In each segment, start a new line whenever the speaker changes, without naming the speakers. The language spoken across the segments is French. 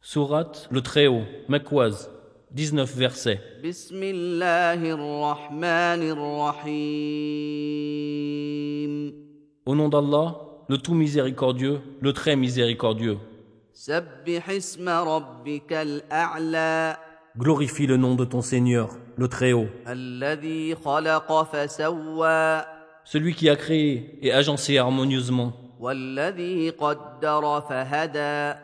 Sourate le Très-Haut, Makwaz, 19 versets.
بسم الله الرحمن الرحيم
Au nom d'Allah, le Tout Miséricordieux, le Très Miséricordieux.
سبح اسم ربك الأعلى
Glorifie le nom de ton Seigneur, le Très-Haut,
الذي خلق فسوى
celui qui a créé et agencé harmonieusement,
والذي قدر فهدى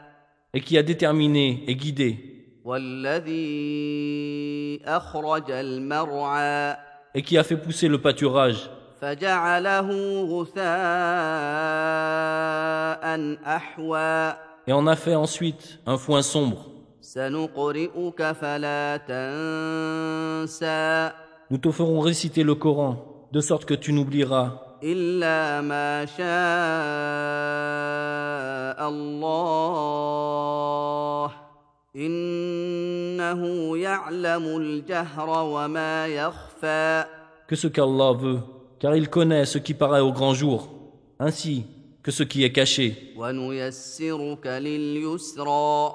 et qui a déterminé et guidé,
والذي أخرج المرعى
et qui a fait pousser le pâturage,
فجعله غثاء أحوى
et en a fait ensuite un foin sombre.
سنقرئك فلا تنسى
Nous te ferons réciter le Coran, de sorte que tu n'oublieras,
إلا ما شاء الله إنه يعلم الجهر وما يخفى
que ce qu'Allah veut, car il connaît ce qui paraît au grand jour, ainsi que ce qui est caché.
ونيسرك لليسرى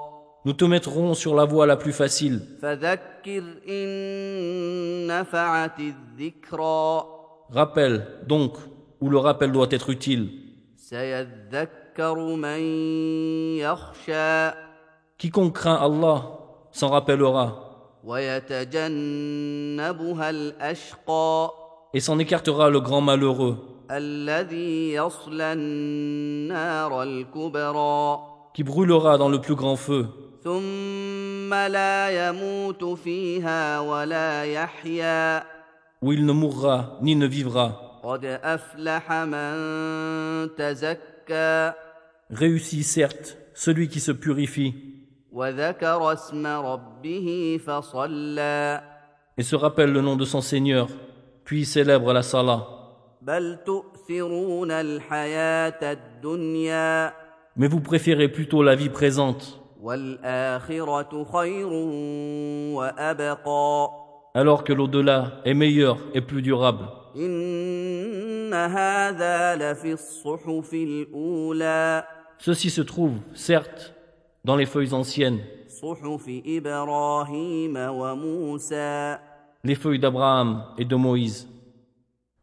Nous te mettrons sur la voie la plus facile.
فذكر إن نفعت الذكرى
Rappel, donc, où le rappel doit être utile.
سيذكر من يخشى
Quiconque craint Allah s'en rappellera
ويتجنبها الأشقى
et s'en écartera le grand malheureux
الذي يصلى النار الكبرى
qui brûlera dans le plus grand feu
ثم لا يموت فيها ولا يحيا
où il ne mourra ni ne vivra.
قد أفلح من تزكى
Réussit certes celui qui se purifie
وذكر اسم ربه فصلى
et se rappelle le nom de son Seigneur, puis célèbre la salah.
بل تؤثرون الحياة الدنيا
Mais vous préférez plutôt la vie présente,
والآخرة خير وأبقى
alors que l'au-delà est meilleur et plus durable.
إن هذا لفي الصحف الأولى
Ceci se trouve, certes, dans les feuilles anciennes,
صحف إبراهيم وموسى
les feuilles d'Abraham et de Moïse.